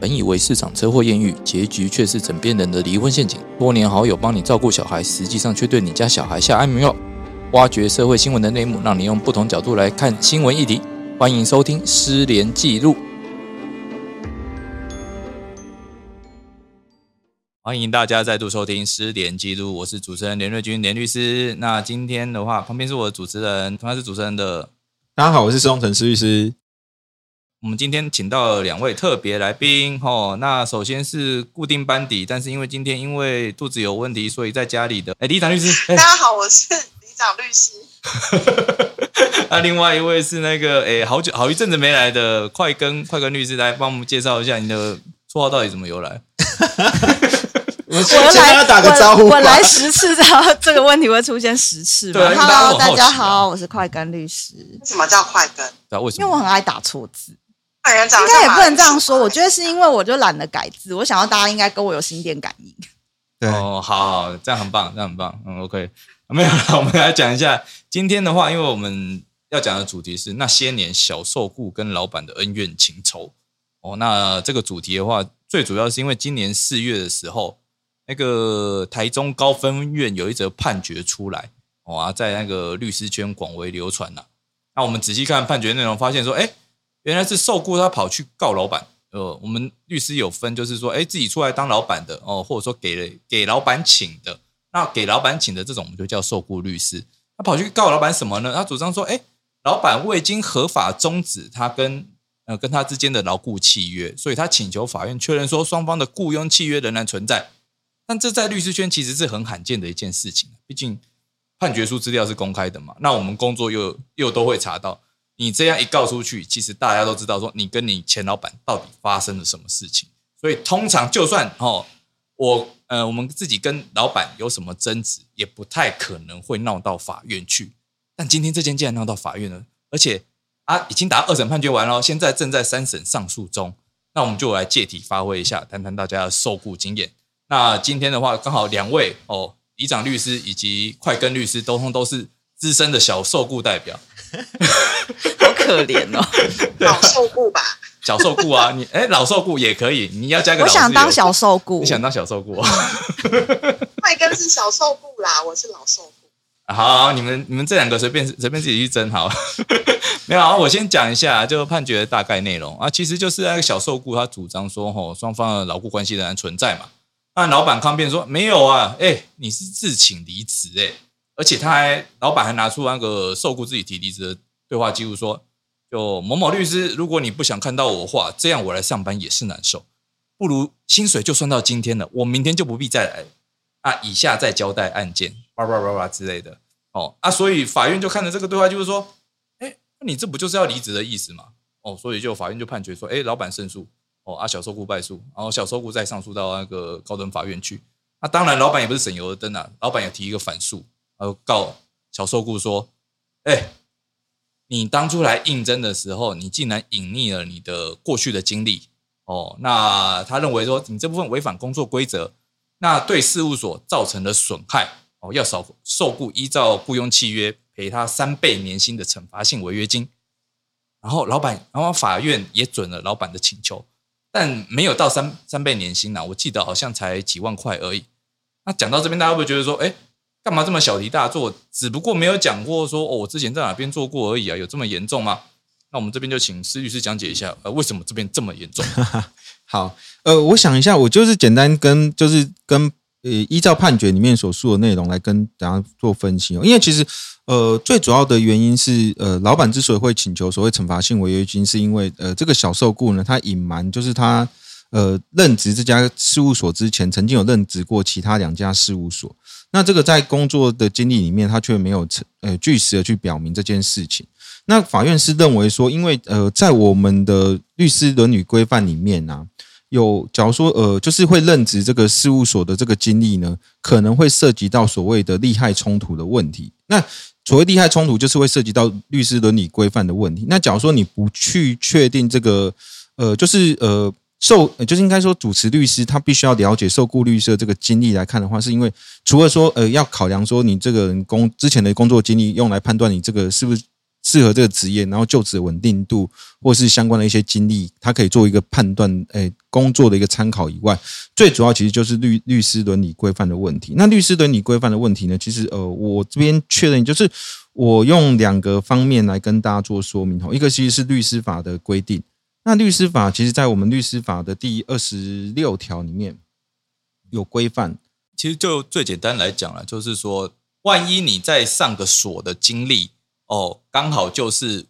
本以为市场车祸艳遇，结局却是枕边人的离婚陷阱。多年好友帮你照顾小孩，实际上却对你家小孩下安眠药。挖掘社会新闻的内幕，让你用不同角度来看新闻议题。欢迎收听《失联记录》。欢迎大家再度收听《失联记录》，我是主持人连瑞君，连律师。那今天的话，旁边是我的主持人，同样是主持人的。大家好，我是施荣成施律师。我们今天请到了两位特别来宾哦。那首先是固定班底，但是因为今天因为肚子有问题，所以在家里的哎，李长律师。哎大家好，我是李长律师。 那、另外一位是那个诶、好久好一阵子没来的快更快更律师，来帮我们介绍一下你的绰号到底怎么由来？我们我先跟大来家打个招呼我，吧我来十次，然后这个问题会出现十次吧。对啊因为大家都 Hello，很好奇啊大家好，我是快干律师。为什么叫快更？对啊，为什因为我么？很爱打错字，本人长应得该也像不能这样说。马我来西觉得是因为我就懒得改字，我想要大家应该跟我有心电感应。对哦，好好，这样很棒，这样很棒，嗯，OK，没有了，我们来讲一下今天的话，因为我们要讲的主题是那些年小售户跟老板的恩怨情仇。哦，那这个主题的话，最主要是因为今年四月的时候，那个台中高分院有一则判决出来，哦啊，在那个律师圈广为流传呐、那我们仔细看判决内容，发现说，哎，原来是受雇他跑去告老板。呃，我们律师有分，就是说，哎，自己出来当老板的哦，或者说给了给老板请的，那给老板请的这种，我们就叫受雇律师。他跑去告老板什么呢？他主张说，哎，老板未经合法终止他跟呃跟他之间的牢固契约，所以他请求法院确认说双方的雇佣契约仍然存在。但这在律师圈其实是很罕见的一件事情，毕竟判决书资料是公开的嘛，那我们工作又又都会查到。你这样一告出去，其实大家都知道说你跟你前老板到底发生了什么事情。所以通常就算哦，我呃我们自己跟老板有什么争执，也不太可能会闹到法院去。但今天这件竟然闹到法院了，而且啊已经打二审判决完了，哦现在正在三审上诉中。那我们就来借题发挥一下，谈谈大家的受雇经验。那今天的话，刚好两位哦，李长律师以及快跟律师，都通都是资深的小受雇代表。 好可怜哦，亚老受雇吧？小受雇啊，你哎、老受雇也可以，你要加个 我老字想也当小受雇你。想当小受雇、啊快更是小受雇啦，我是老受雇。好，你们你们这两个随便随便自己去争好。 没有啊，我先讲一下就判决的大概内容啊，其实就是那个小受雇他主张说，吼双方的牢固关系仍然存在嘛。那老板抗辩说没有啊，哎、你是自请离职哎，而且他还老板还拿出那个受雇自己提离职的对话记录说，就某某律师，如果你不想看到我的话，这样我来上班也是难受，不如薪水就算到今天了，我明天就不必再来了啊，以下再交代案件，叭叭叭叭之类的。哦啊，所以法院就看着这个对话，就是说，哎，那你这不就是要离职的意思吗？哦，所以就法院就判决说，哎，老板胜诉，哦啊，小受雇败诉，然后小受雇再上诉到那个高等法院去。那、当然，老板也不是省油的灯啊，老板也提一个反诉，然后告小受雇说，哎，你当初来应征的时候，你竟然隐匿了你的过去的经历，哦，那他认为说你这部分违反工作规则，那对事务所造成了损害哦，要少受雇依照雇佣契约赔他三倍年薪的惩罚性违约金。然后老板，然后法院也准了老板的请求，但没有到三三倍年薪呐、啊我记得好像才几万块而已。那讲到这边，大家会不会觉得说，哎，干嘛这么小题大做？只不过没有讲过说，哦，我之前在哪边做过而已啊，有这么严重吗？那我们这边就请施律师讲解一下，呃，为什么这边这么严重？好，呃，我想一下，我就是简单跟就是跟呃，依照判决里面所述的内容来跟大家做分析哦。因为其实呃，最主要的原因是呃，老板之所以会请求所谓惩罚性违约金，是因为呃，这个小受雇呢，他隐瞒就是他呃任职这家事务所之前，曾经有任职过其他两家事务所。那这个在工作的经历里面，他却没有成呃据实的去表明这件事情。那法院是认为说，因为呃，在我们的律师伦理规范里面啊，有假如说呃，就是会任职这个事务所的这个经历呢，可能会涉及到所谓的利害冲突的问题。那所谓利害冲突，就是会涉及到律师伦理规范的问题。那假如说你不去确定这个呃，就是呃。受呃就是应该说，主持律师他必须要了解受雇律师的这个经历来看的话，是因为除了说呃要考量说你这个人工之前的工作经历用来判断你这个是不是适合这个职业，然后就职的稳定度，或是相关的一些经历，他可以做一个判断，诶、工作的一个参考以外，最主要其实就是律律师伦理规范的问题。那律师伦理规范的问题呢，其实呃，我这边确认就是我用两个方面来跟大家做说明哦，一个其实是律师法的规定。那律师法其实，在我们律师法的第二十六条里面有规范，其实就最简单来讲了，就是说，万一你在上个所的经历哦，刚好就是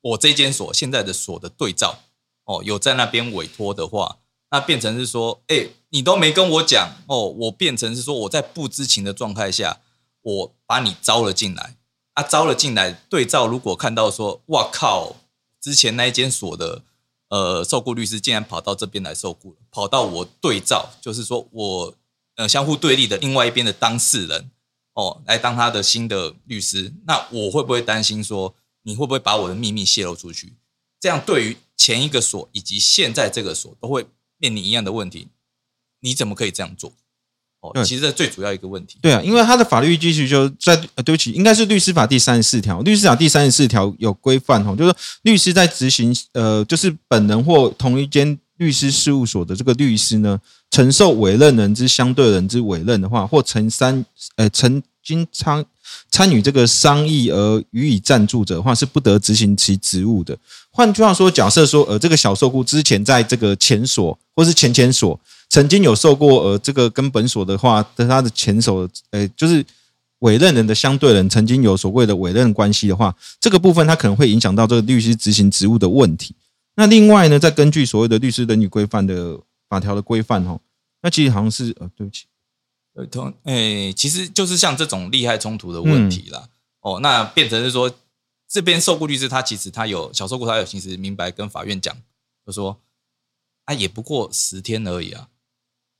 我这间所现在的所的对照哦，有在那边委托的话，那变成是说，哎、你都没跟我讲哦，我变成是说我在不知情的状态下，我把你招了进来啊，招了进来，对照如果看到说，哇靠，之前那一间所的呃受雇律师竟然跑到这边来受雇了，跑到我对照，就是说我呃相互对立的另外一边的当事人哦，来当他的新的律师，那我会不会担心说你会不会把我的秘密泄露出去？这样对于前一个所以及现在这个所都会面临一样的问题，你怎么可以这样做？哦，对其实这最主要一个问题，对啊，因为它的法律依据就在呃，对不起，应该是律师法第三十四条。律师法第三十四条有规范哦，就是说律师在执行呃，就是本人或同一间律师事务所的这个律师呢，承受委任人之相对人之委任的话，或曾三呃曾经参参与这个商议而予以赞助者的话，是不得执行其职务的。换句话说，假设说呃，这个小受雇之前在这个前所或是前前所曾经有受过呃这个跟本所的话，跟他的前手呃就是委任人的相对人曾经有所谓的委任关系的话，这个部分它可能会影响到这个律师执行职务的问题。那另外呢，再根据所谓的律师伦理规范的法条的规范哦，那其实好像是呃对不起，呃，同诶、其实就是像这种利害冲突的问题啦。哦，那变成是说，这边受雇律师他其实他有小受雇，他有其实明白跟法院讲，就说啊，也不过十天而已啊，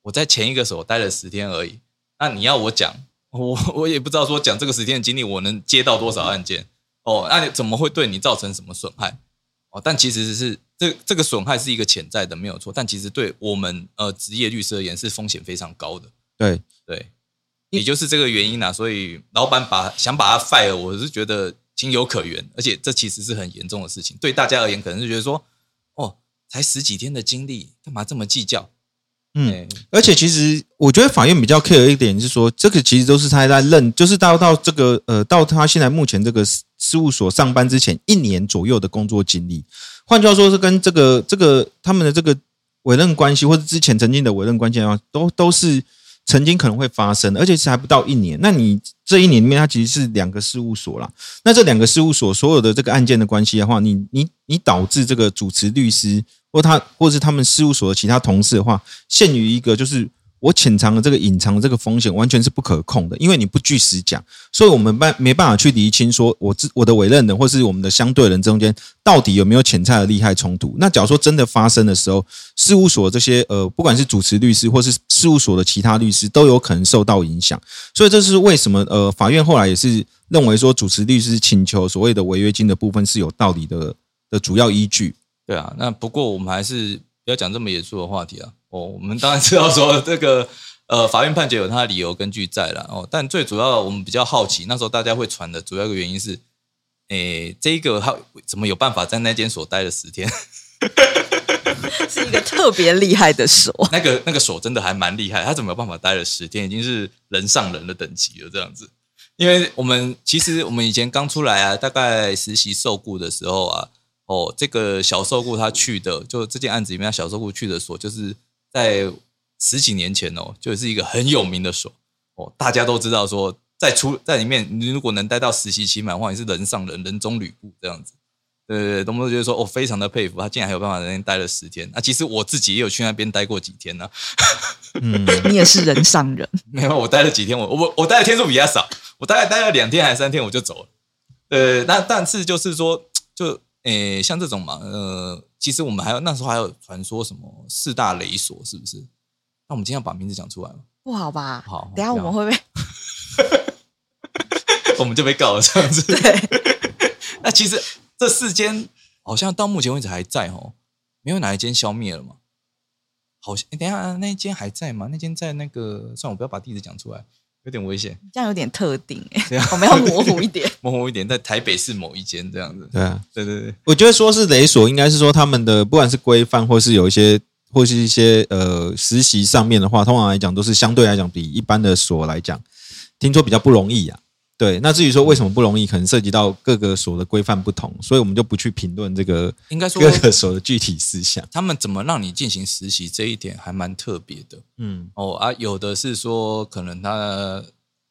我在前一个所待了十天而已。那你要我讲，我我也不知道说讲这个十天的经历，我能接到多少案件哦？那你怎么会对你造成什么损害？哦，但其实是这这个损害是一个潜在的，没有错。但其实对我们呃职业律师而言是风险非常高的。对，对，也就是这个原因啊，所以老板把想把他 fire，我是觉得情有可原，而且这其实是很严重的事情，对大家而言可能是觉得说，哦，才十几天的经历，干嘛这么计较？嗯。哎而且其实我觉得法院比较 care 一点是说，这个其实都是他在认，就是到到这个呃，到他现在目前这个事事务所上班之前一年左右的工作经历。换句话说，是跟这个这个他们的这个委任关系，或者之前曾经的委任关系啊，都都是曾经可能会发生的，而且是还不到一年。那你这一年里面，它其实是两个事务所啦。那这两个事务所所有的这个案件的关系的话，你你你导致这个主持律师或他或是他们事务所的其他同事的话，陷于一个就是我潜藏的这个隐藏的这个风险完全是不可控的，因为你不据实讲，所以我们办没办法去厘清说我自我的委任人或是我们的相对人中间到底有没有潜在的利害冲突。那假如说真的发生的时候，事务所这些呃，不管是主持律师或是事务所的其他律师，都有可能受到影响。所以这是为什么呃，法院后来也是认为说，主持律师请求所谓的违约金的部分是有道理的的主要依据。对啊，那不过我们还是不要讲这么严肃的话题啊。哦，我们当然知道说这个呃，法院判决有它的理由根据在了哦，但最主要我们比较好奇，那时候大家会传的主要一个原因是，诶，这一个他怎么有办法在那间所待了十天？是一个特别厉害的 手。 那个那个手真的还蛮厉害，他怎么有办法待了十天，已经是人上人的等级了这样子。因为我们其实我们以前刚出来啊，大概实习受雇的时候啊，哦，这个小受雇他去的，就这件案子里面，他小受雇去的所，就是在十几年前哦，就是一个很有名的所哦，大家都知道说，在出在里面，你如果能待到实习期满的话，你是人上人，人中吕布这样子。对对对，东东觉得说，我、哦、非常的佩服他，竟然还有办法在那边待了十天。那、其实我自己也有去那边待过几天呢、嗯，你也是人上人，没有，我待了几天，我我我待的天数比他少，我大概待了两天还是三天我就走了。呃，那但是就是说，就诶像这种嘛，呃，其实我们还有那时候还有传说什么四大雷锁是不是？那我们今天要把名字讲出来吗？不好吧？好 等一下我们会不会我们就被告了这样子。对？ 那其实这四间好像到目前为止还在哦，没有哪一间消灭了嘛？好像、诶等一下那一间还在吗？那间在那个，算了，我不要把地址讲出来。有点危险，这样有点特定哎、对啊我们要模糊一 点。模糊一点，在台北市某一间这样子。对啊，对对对，我觉得说是雷索，应该是说他们的不管是规范，或是有一些，或是一些呃实习上面的话，通常来讲都是相对来讲比一般的所来讲，听说比较不容易啊。对，那至于说为什么不容易，可能涉及到各个所的规范不同，所以我们就不去评论这个应该说各个所的具体思想。他们怎么让你进行实习这一点还蛮特别的嗯哦啊，有的是说可能他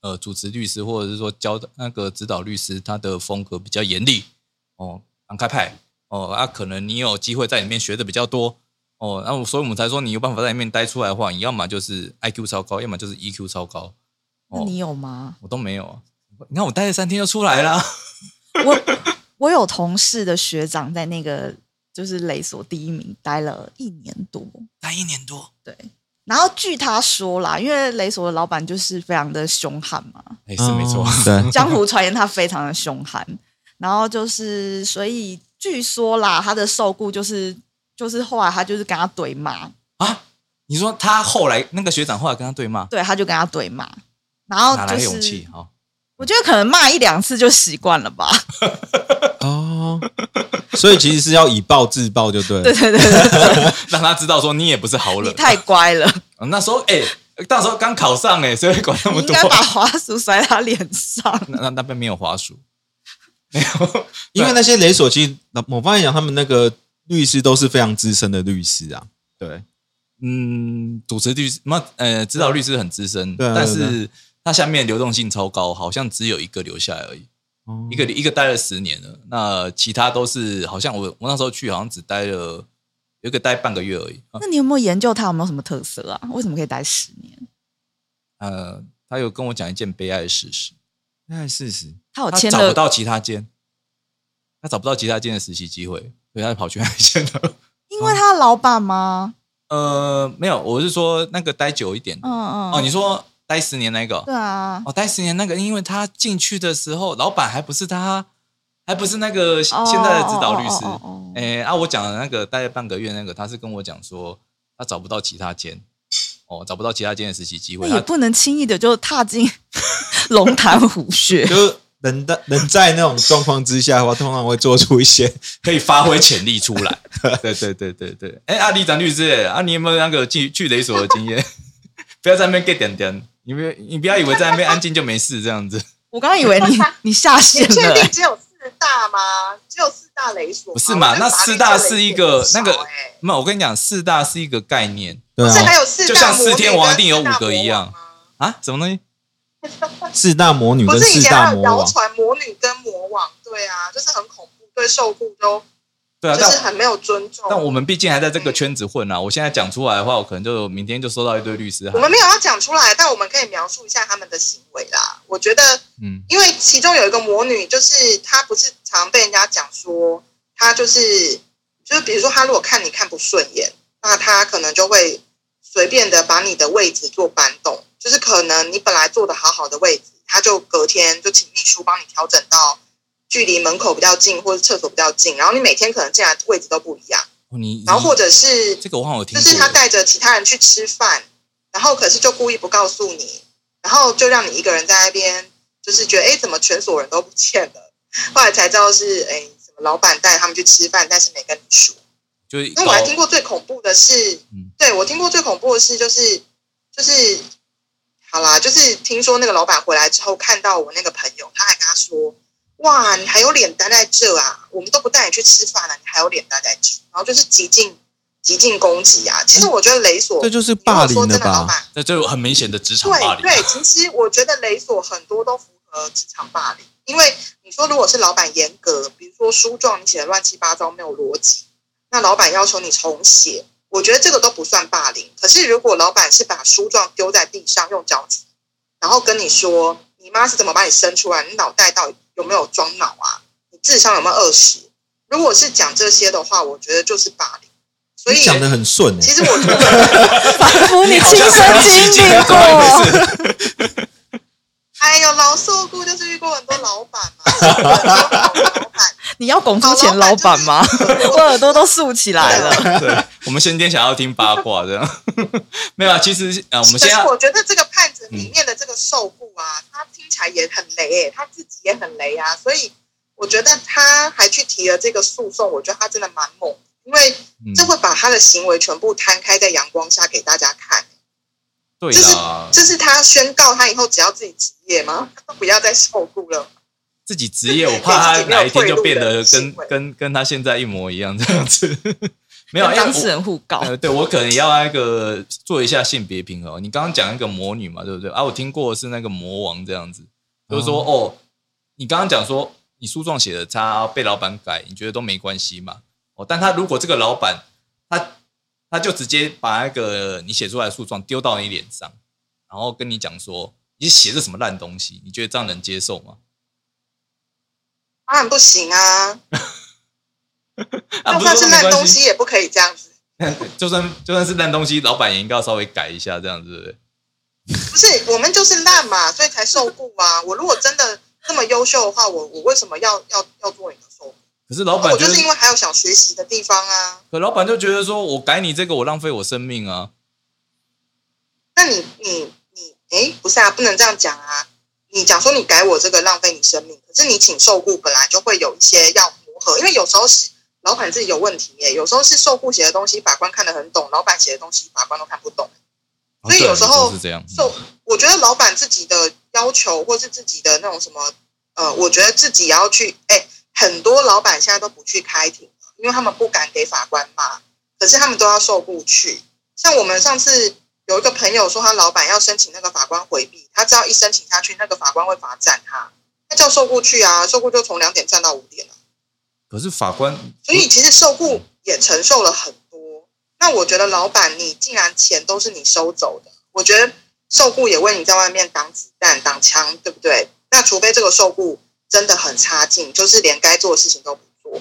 呃主持律师或者是说教那个指导律师，他的风格比较严厉哦，昂开派哦啊，可能你有机会在里面学的比较多哦，那、我所以我们才说你有办法在里面待出来的话，你要么就是 I Q 超高，要么就是 E Q 超高。那你有吗？我都没有啊，你看我待了三天就出来了。我我有同事的学长在那个就是雷所第一名待了一年多，待一年多。然后据他说啦，因为雷所的老板就是非常的凶悍嘛，哎、是没错，哦 对，江湖传言他非常的凶悍，然后就是所以据说啦，他的受雇就是就是后来他就是跟他对骂，啊！你说他后来那个学长后来跟他对骂，对，他就跟他对骂，然后哪来哦就勇气？哦是好，我觉得可能骂一两次就习惯了吧，哦，所以其实是要以暴制暴，就对了。对对 对对对，让他知道说你也不是好你惹。太乖了，嗯那时候哎、到时候刚考上哎、谁会管 那你么应多该？把花束甩他脸上。 那那那边没有滑鼠，因为那些雷索其实某方面讲，他们那个律师都是非常资深的律师啊。对，嗯，主持律师那呃指导律师很资深，对啊对啊但是他下面流动性超高，好像只有一个留下来而已。哦一个一个待了十年了，那其他都是好像我我那时候去好像只待了有一个待半个月而已。啊那你有没有研究他有没有什么特色啊？为什么可以待十年？呃，他有跟我讲一件悲哀的事实，大概四十。他有他哦签找不了，到其他间，他找不到其他间的实习机会，所以他就跑去那间了。 因为他的老板吗？呃，没有，我是说那个待久一点。嗯嗯，哦，你说待十年那个？对啊，哦，待十年那个，因为他进去的时候，老板还不是他，还不是那个哦现在的指导律师。哦哦哦哦哎、啊，我讲的那个待了半个月那个，他是跟我讲说他找不到其他间，哦，找不到其他间的实习机会，那也他不能轻易的就踏进 龙潭虎 穴。就是人的人在那种状况之下的话，通常会做出一些可以发挥潜力出来。 对对对对对，哎、阿里长律师，啊，你有没有那个去去雷所的经验？ 不要在那边 get 点点，你不要你不要以为在那边安静就没事这样子， 我刚刚以为你你下你线确了、定只有四大吗？只有四大雷锁不吗？是嘛？我觉那得法律四大这是一类个很那个少欸，没有，我跟你讲，四大是一个概念。对这还啊，有四大就像魔女四天王跟一定有四大五个一魔王样吗啊，什么东西？四大魔女不跟是以四前大还有魔谣王，传魔女跟魔王，对啊，就是很恐怖，对受雇都对啊，就但是很没有尊重。但我们毕竟还在这个圈子混啊，我现在讲出来的话，我可能就明天就收到一堆律师我函。们没有要讲出来，但我们可以描述一下他们的行为啦。我觉得，嗯，因为其中有一个魔女，就是她不是常被人家讲说，她就是就是比如说她如果看你看不顺眼，那她可能就会随便的把你的位置做搬动，就是可能你本来坐的好好的位置，她就隔天就请秘书帮你调整到距离门口比较近或者厕所比较近，然后你每天可能进来位置都不一样，哦你然后或者是这个我好像有听就过，是他带着其他人去吃饭，然后可是就故意不告诉你，然后就让你一个人在那边，就是觉得哎，诶怎么全所有人都不见了？后来才知道是哎，诶什么老板带他们去吃饭，但是没跟你说。就是那我还听过最恐怖的是，嗯对我听过最恐怖的是就是就是，好啦，就是听说那个老板回来之后看到我那个朋友，他还跟他说：“哇，你还有脸待在这啊？我们都不带你去吃饭了、你还有脸待在这？”然后就是极尽极尽攻击啊！其实我觉得雷索，哎这就是如霸果说凌了真的老吧？板，这就很明显的职场霸对凌。对，其实我觉得雷索很多都符合职场霸凌，因为你说如果是老板严格，比如说书状你写的乱七八糟没有逻辑，那老板要求你重写，我觉得这个都不算霸凌。可是如果老板是把书状丢在地上用脚趾，然后跟你说你妈是怎么把你生出来，你脑袋到底有没有装脑啊？你智商有没有二十？如果是讲这些的话，我觉得就是霸凌。所你以讲的很顺欸其诶，实我觉得。仿佛你亲身经历过。 哎呦，老受雇就是遇过很多老板嘛，很多老板，你要拱出前老板吗？我耳朵都竖起来了。对，我们先天想要听八卦这样， 没有啊。其实啊，呃 我们可先是要我觉得这个判子里面的这个受雇啊，他听起来也很雷、欸，他自己也很雷啊，所以我觉得他还去提了这个诉讼，我觉得他真的蛮猛，因为嗯这会把他的行为全部摊开在阳光下给大家看。对就是啦，这是他宣告他以后只要自己职业吗？不要再受雇了。自己职业，我怕他哪一天就变得自己没有退路的跟行为跟跟他现在一模一样这样子。 没有，啊因跟为当事我人互告，呃，对我可能要那个做一下性别平衡。你刚刚讲那个魔女嘛，对不对？啊，我听过的是那个魔王这样子，就是说哦，你刚刚讲说你诉状写的差，被老板改，你觉得都没关系嘛？哦，但他如果这个老板他他就直接把那个你写出来的诉状丢到你脸上，然后跟你讲说你写的什么烂东西，你觉得这样能接受吗？当然不行啊，啊，不就是算说是没烂关东系，西也不可以这样子。就算就算是烂东西，老板也应该要稍微改一下，这样子对不对？不是，我们就是烂嘛，所以才受雇啊。 我如果真的这么优秀的话，我我为什么要要要做你的受雇？可是老板哦我觉就得是因为还有想学习的地方啊。可老板就觉得说，我改你这个，我浪费我生命啊！那你你你，哎，不是啊，不能这样讲啊。你讲说你改我这个浪费你生命，可是你请受雇本来就会有一些要磨合，因为有时候是老板自己有问题耶，有时候是受雇写的东西法官看得很懂，老板写的东西法官都看不懂。所以对有时候是这样，受，我觉得老板自己的要求或是自己的那种什么，呃，我觉得自己也要去，哎，很多老板现在都不去开庭了，因为他们不敢给法官骂，可是他们都要受雇去。像我们上次有一个朋友说，他老板要申请那个法官回避，他只要一申请下去，那个法官会罚站他，那叫受雇去啊，受雇就从两点站到五点啊。可是法官，所以其实受雇也承受了很多。那我觉得老板，你既然钱都是你收走的，我觉得受雇也为你在外面挡子弹、挡枪，对不对？那除非这个受雇真的很差劲，就是连该做的事情都不做，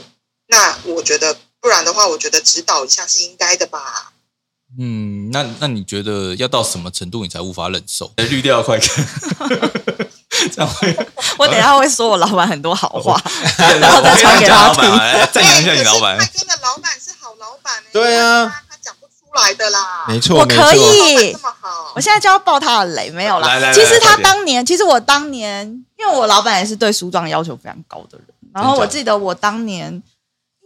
那我觉得不然的话，我觉得指导一下是应该的吧。嗯，那那你觉得要到什么程度你才无法忍受？绿掉快看， 这样 会，我等一下会说我老板很多好话。然后再传给他老板，哎赞扬一下你对老可是板。他真的老板是好老板、欸，对啊他，他讲不出来的啦。没我错，没可错以，老板这么好我，现在就要爆他的雷，没有啦。来来来其快实他点当年，其实我当年，因为我老板也是对梳妆要求非常高的人，然后真假我记得我当年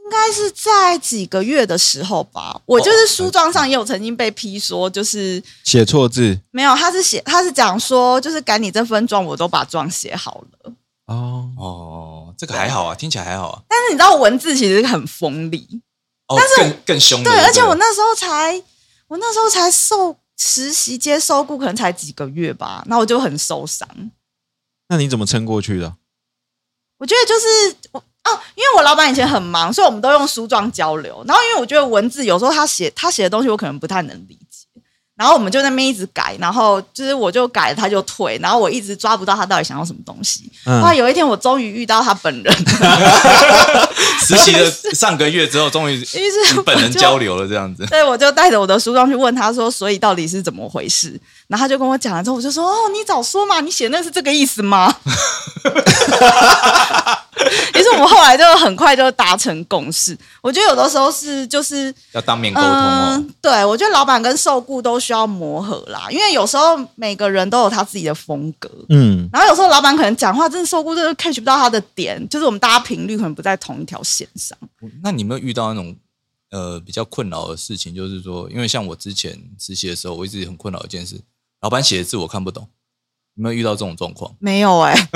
应该是在几个月的时候吧，我哦就是嗯梳妆上也有曾经被批说，就是写错字没有，他是写他是讲说，就是改你这份妆，我都把妆写好了。哦，哦，这个还好啊，听起来还好啊。但是你知道文字其实很锋利，哦，更更凶的，对，而且我不那时候才我那时候才受实习接受雇，可能才几个月吧，那我就很受伤。那你怎么撑过去的？我觉得就是我哦，因为我老板以前很忙，所以我们都用梳妆交流。然后因为我觉得文字有时候他写他写的东西我可能不太能理解，然后我们就在那边一直改，然后就是我就改了他就退，然后我一直抓不到他到底想要什么东西。嗯后来有一天我终于遇到他本人，实习的上个月之后，终于于是你本人我就交流了，这样子。 对，我就带着我的梳妆去问他说，所以到底是怎么回事？然后他就跟我讲了之后，我就说，哦，你早说嘛，你写那是这个意思吗？ 于是我们后来就很快就达成共识。我觉得有的时候是就是要当面沟通哦。嗯，对，我觉得老板跟受雇都需要磨合啦，因为有时候每个人都有他自己的风格。嗯，然后有时候老板可能讲话真的受雇，真的 catch 不到他的点，就是我们大家频率可能不在同一条线上。？那你有没有遇到那种呃比较困扰的事情？就是说，因为像我之前实习的时候，我一直很困扰一件事，老板写的字我看不懂。有没有遇到这种状况 没有哎、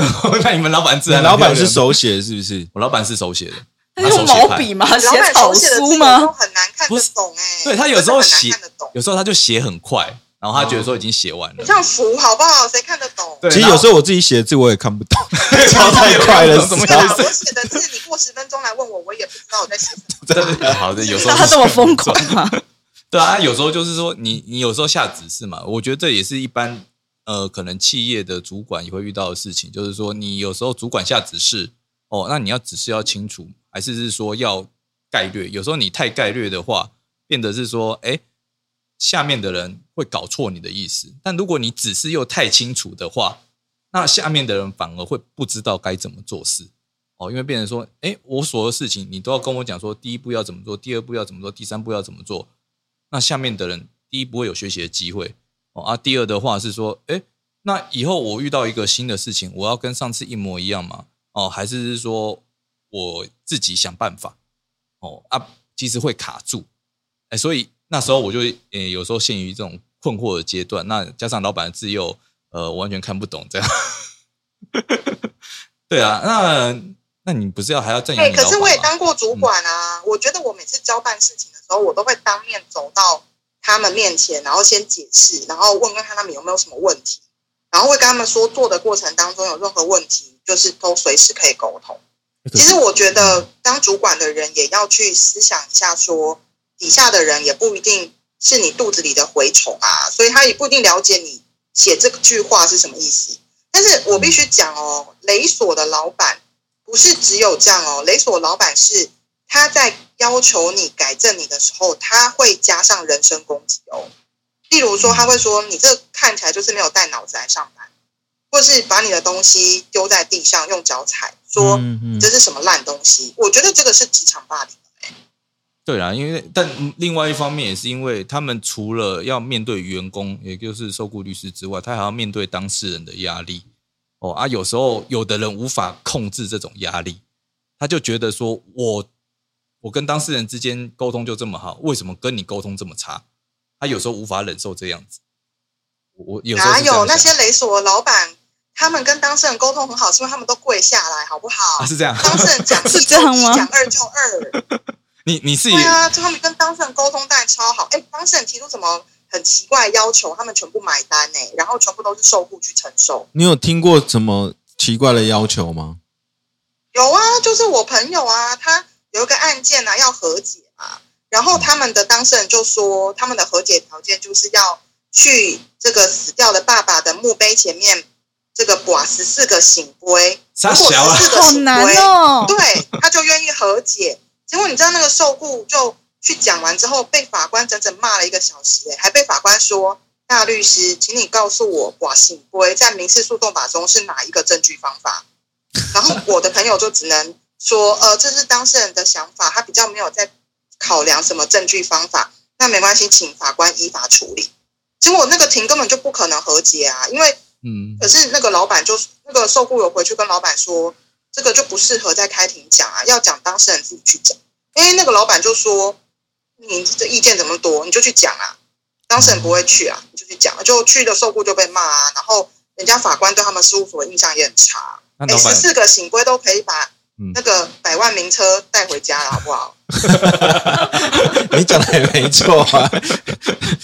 那你们老板字你还蛮老漂板亮是的，手写是不是？我老板是手写的，他他手用写毛派笔吗？写老板草手写的书字吗？都很难看不得是懂哎、对他有时候真的很写难看得懂，有时候他就写很快，然后他觉得说已经写完哦你了。像符好不好？谁看得懂？对其实有时候我自己写的字我也看不 懂， 抄太快了，怎么是对样吧啊，我写的字，你过十分钟来问我，我也不知道我在写什么。 真的好的，有时候那他是这么疯狂吗？对啊，有时候就是说你你有时候下指示嘛，我觉得这也是一般呃可能企业的主管也会遇到的事情，就是说你有时候主管下指示哦，那你要指示要清楚，还是是说要概略？有时候你太概略的话，变得是说哎。诶下面的人会搞错你的意思，但如果你指示又太清楚的话，那下面的人反而会不知道该怎么做事。哦，因为变成说，哎，我所有的事情你都要跟我讲说，第一步要怎么做，第二步要怎么做，第三步要怎么做。那下面的人，第一不会有学习的机会哦啊，第二的话是说，哎，那以后我遇到一个新的事情，我要跟上次一模一样吗？哦，还是是说我自己想办法？哦啊，其实会卡住，哎，所以那时候我就呃有时候陷于这种困惑的阶段，那加上老板的自由，呃，我完全看不懂这样。 对啊，那那你不是要还要证明哎、你老板吗？嗯可是我也当过主管啊，我觉得我每次交办事情的时候，我都会当面走到他们面前，然后先解释，然后问问看他们有没有什么问题，然后会跟他们说做的过程当中有任何问题，就是都随时可以沟通。其实我觉得当主管的人也要去思想一下说，底下的人也不一定是你肚子里的蛔虫啊，所以他也不一定了解你写这句话是什么意思。但是我必须讲哦，雷索的老板不是只有这样哦，雷索老板是他在要求你改正你的时候，他会加上人身攻击哦。例如说，他会说你这看起来就是没有带脑子来上班，或是把你的东西丢在地上用脚踩，说嗯嗯你这是什么烂东西。我觉得这个是职场霸凌。对啦，因为但另外一方面也是因为他们除了要面对员工，也就是受雇律师之外，他还要面对当事人的压力。哦啊，有时候有的人无法控制这种压力，他就觉得说我我跟当事人之间沟通就这么好，为什么跟你沟通这么差？他有时候无法忍受这样子。我我有时候哪是这样有那想些雷索老板，他们跟当事人沟通很好，是因为他们都跪下来，好不好？啊是这样，当事人讲一是就这样吗一，讲二就二。 你你是也对啊，就他们跟当事人沟通当然超好。哎，当事人提出什么很奇怪的要求，他们全部买单呢、然后全部都是受雇去承受。你有听过什么奇怪的要求吗？有啊，就是我朋友啊，他有一个案件啊要和解啊，然后他们的当事人就说，他们的和解条件就是要去这个死掉的爸爸的墓碑前面这个把十四个醒龟，傻如果小啊十四个好醒难龟，哦。对，他就愿意和解。结果你知道那个受雇就去讲完之后，被法官整整骂了一个小时、欸，还被法官说：“大律师，请你告诉我，寡信规在民事诉讼法中是哪一个证据方法？”然后我的朋友就只能说：“呃，这是当事人的想法，他比较没有在考量什么证据方法。那没关系，请法官依法处理。”结果那个庭根本就不可能和解啊，因为嗯可是那个老板就那个受雇有回去跟老板说，这个就不适合在开庭讲啊，要讲当事人自己去讲。因为那个老板就说，你这意见怎么多，你就去讲啊，当事人不会去啊，你就去讲啊，就去的受雇就被骂啊，然后人家法官对他们事务所的印象也很差。那哎，老十板四个醒规都可以把嗯那个百万名车带回家了，好不好？你讲的也没错啊，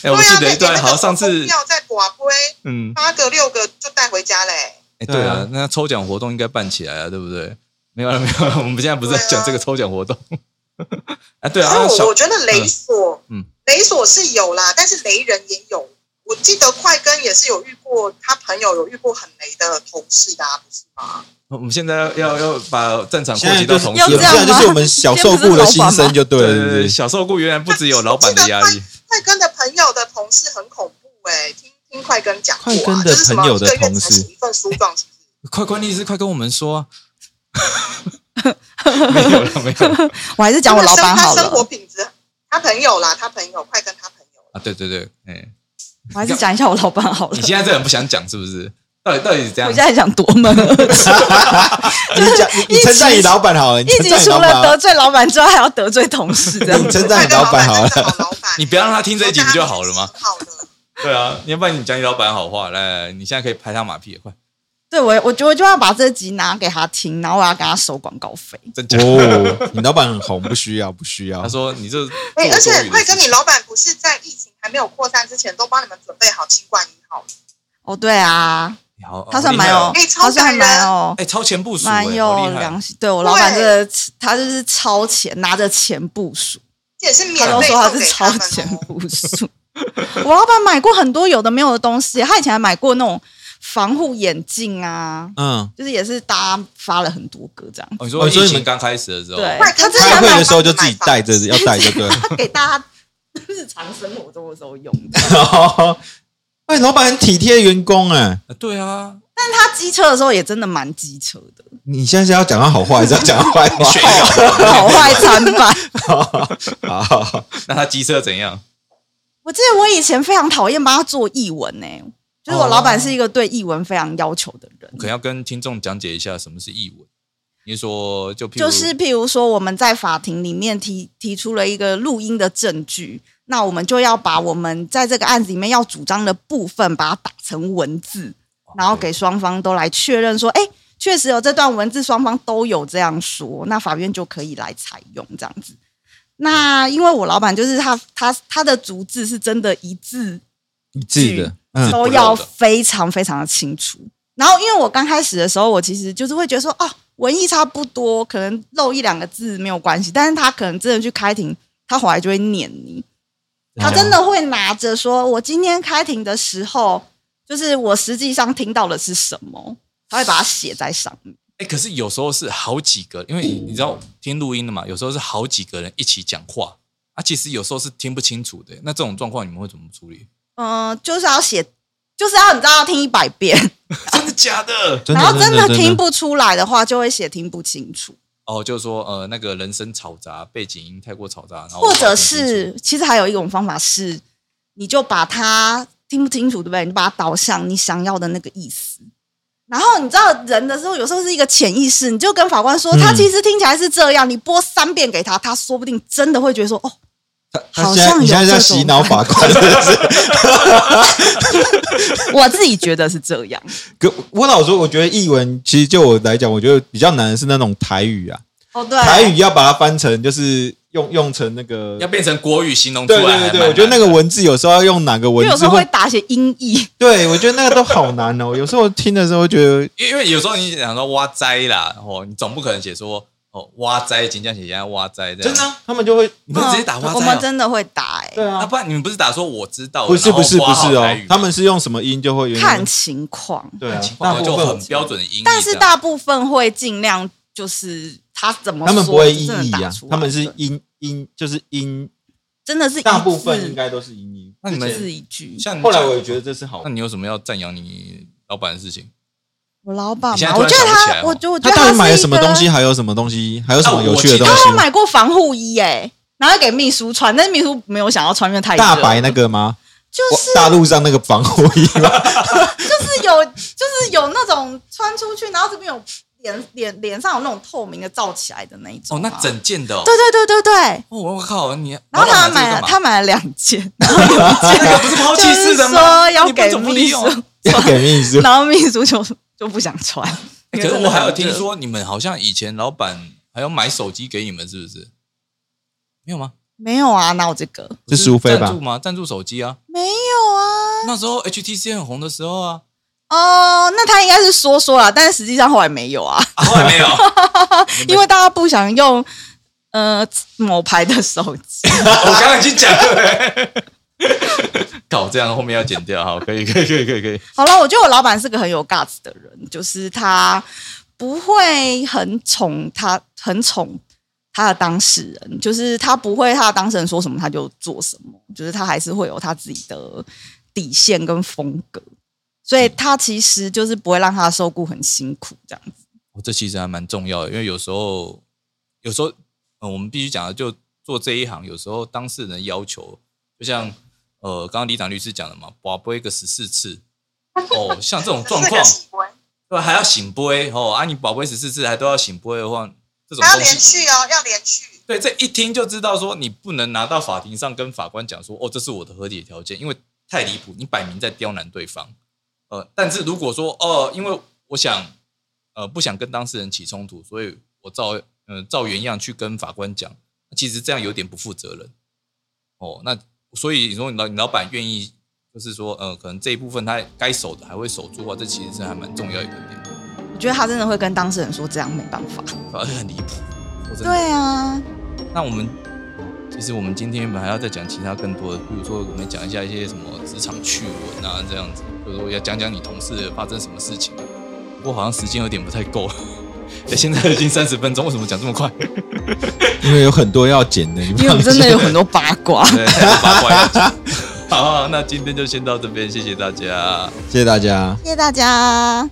哎，我对啊记得一段那你那个好像上次要再寡龟嗯八个六个就带回家嘞、哎，对啊对啊，那抽奖活动应该办起来啊，对不对？没有了，没有了，我们现在不是在讲这个抽奖活动 啊？对啊，所以小我我觉得雷索，嗯嗯雷索是有啦，但是雷人也有。我记得快更也是有遇过，他朋友有遇过很雷的同事的、啊，不是吗？我们现在要要要把战场现扩在及到就是同也事不要了，是啊，这样吗就是我们小受雇的心声就对对对了，是不对，是小受雇原来不只有老板的压力，快更的朋友的同事很恐怖哎、听听快更讲过、啊，快更的就是什么朋友的一个月同才事写一份书状，是不是？快关律师，快跟我们 说、啊，没有了，没有了我还是讲我老板好他生活了，品质，他朋友啦，他朋友快跟他朋友啦，啊！对对对，哎、我还是讲一下我老板好了你。现在这很不想讲是不是？到底到底是怎我样现？在想夺门而出，你讲你你称赞你老板好了，你 一称集赞你除老板啊了好了得，罪老板之外，还要得罪同事，这样你称赞快你跟老板好真了。是好老板、你不要让他听这一集不就好了吗？好的，对啊，你要不然你讲你老板好话，来来，来你现在可以拍他马屁，快，对我，我觉得我就要把这集拿给他听，然后我要跟他收广告费。真假？哦，你老板很红，不需要，不需要他。说你这，哎、而做我多余且的快事跟你情老板不是在疫情还没有扩散之前，都帮你们准备好新冠一号了哦，对啊，好，哦他算蛮哦有有，哎，超他算感还人，蛮有哎、超前部署、哎，哦蛮有好厉害良心。对我老板，这个他就是超前，拿着钱部署，这也是他免都费说送是给超他们前哦。部署。 我老板买过很多有的没有的东西，他以前还买过那种防护眼镜啊，嗯，就是也是搭发了很多个这样。哦，你说哦所疫以你情们刚开始的时候，对快跟他之开前会买的时候就自己带着，要带就对了。他给大家 日常生 活中的时候用的。哎，老板很体贴员工哎，啊对啊，但是他机车的时候也真的蛮机车的，你现在是要讲他好话，还是要讲他坏你选一个，好坏参半。 话？好，那他机车怎样？我记得我以前非常讨厌帮他做译文呢、就是我老板是一个对译文非常要求的人我，可能要跟听众讲解一下什么是译文。你说就譬如就是譬如说我们在法庭里面提提出了一个录音的证据，那我们就要把我们在这个案子里面要主张的部分，把它打成文字，然后给双方都来确认说，哎、确实有这段文字，双方都有这样说，那法院就可以来采用这样子。那因为我老板就是他，他他的逐字是真的一字一致的，嗯，都不要漏的非常非常的清楚。然后，因为我刚开始的时候，我其实就是会觉得说，哦，文艺差不多，可能漏一两个字没有关系。但是他可能真的去开庭，他回来就会念你，啊他真的会拿着说，我今天开庭的时候，就是我实际上听到的是什么，他会把它写在上面。哎、可是有时候是好几个，因为你你知道听录音的嘛，有时候是好几个人一起讲话啊，其实有时候是听不清楚的。那这种状况你们会怎么处理？嗯、就是要写，就是要你知道要听一百遍，真的假的？真的然后真的真的听不出来的话，就会写听不清楚。哦，就是说呃，那个人声嘈杂，背景音太过嘈杂，哦然后或者无法听清楚是，其实还有一种方法是，你就把它听不清楚，对不对？你把它导向你想要的那个意思。然后你知道人的时候，有时候是一个潜意识，你就跟法官说，嗯他其实听起来是这样，你播三遍给他，他说不定真的会觉得说，哦，他好现在像你现在有在这种洗脑法官，是不是？ 我自己觉得是这样。可我老实说，我觉得译文其实就我来讲，我觉得比较难的是那种台语啊，哦，对， 台语要把它翻成就是用用成那个要。变成国语形容出对来对还对蛮难的。对，我觉得那个文字有时候要用哪个因文为有时字候会会，打一些音译，对我觉得那个都好难 哦。有时候听的时候会觉得因为，因为有时候你想说挖灾啦，哦，你总不可能写说哦挖灾，请这样写，人家挖灾这样。真的，啊，他们就会你们直接打挖嗯我灾、们哦。真的会打、欸，啊对啊，啊，不然你们不是打说我知道了，不是然后不是不挖好是台哦语，他们是用什么音就会有看情况。对啊，那大我部就分很标准的啊音译这样，但是大部分会尽量就是他怎么他们说不会就音真的译打啊出，来他们是对音音就是音，真的是大一部分字应该都是音译。那你一们字一句。像你后来讲我也觉得这是好那，你有什么要赞扬你老板的事情？我老板你现嘛，在我突觉然得想不起来他，哦我觉得我他觉得到底是买了一什么个东西？？还有什么东西？还有什么有趣的东他有西？买过防护衣耶、然后给秘书穿，但是秘书没有想要穿，因为太热大白那个吗？就是大陆上那个防护 衣吗？就是有就是有那种穿出去，然后这边有脸脸脸上有那种透明的罩起来的那一哦，种啊、那整件的哦，对对对对对。哦，我靠，你然后他还老板买这了个干嘛他买了两件，那个 不是抛弃式的就是吗？说要你不给是总不哦利秘用啊书。， 要给秘书。然后秘书就就不想穿。可是我还有听说你们好像以前老板还有买手机给你们，是不是？没有吗？ 没有啊，哪有这个？是苏菲赞吧助？吗？赞助手机啊，没有啊。那时候 HTC 很红的时候啊，哦，那他应该是说说啦，但是实际上后来没有啊， 啊后来没有， 因为大家不想用呃某牌的手机。我刚刚已经讲了。搞这样后面要剪掉，好，可以，可以，可以，可以，可以。好了，我觉得我老板是个很有 guts 的人，就是他不会很宠他，很宠他的当事人，就是他不会他的当事人说什么他就做什么，就是他还是会有他自己的底线跟风格，所以他其实就是不会让他的受雇很辛苦这样子。哦，这其实还蛮重要的，因为有时候，有时候，嗯，我们必须讲的，就做这一行，有时候当事人的要求，就像呃，刚刚李长律师讲的嘛，把播一个十四次，哦，像这种状这况 个，奇怪对，还要醒杯哦，啊，你宝贝十四次还都要醒杯的话，这种还要东连西，续哦，要连续。对，这一听就知道说你不能拿到法庭上跟法官讲说，哦，这是我的和解条件，因为太离谱，你摆明在刁难对方。呃，但是如果说哦，因为我想呃不想跟当事人起冲突，所以我照嗯、照原样去跟法官讲，其实这样有点不负责任。哦，那所以你说你老你老板愿意，就是说呃，可能这一部分他该守的还会守住啊，这其实是还蛮重要一个点。我觉得他真的会跟当事人说这样没办法。而且很离谱。说真的，对啊，那我们其实我们今天原本还要再讲其他更多的，比如说我们讲一下一些什么职场趣闻啊，这样子，比如说要讲讲你同事发生什么事情、啊。不过好像时间有点不太够， 哎，现在已经三十分钟，为什么讲这么快？因为有很多要剪的，你因为我放们真心的有很多八卦。 对，八卦要 讲好，那今天就先到这边，谢谢大家。 谢谢大家。谢谢大家。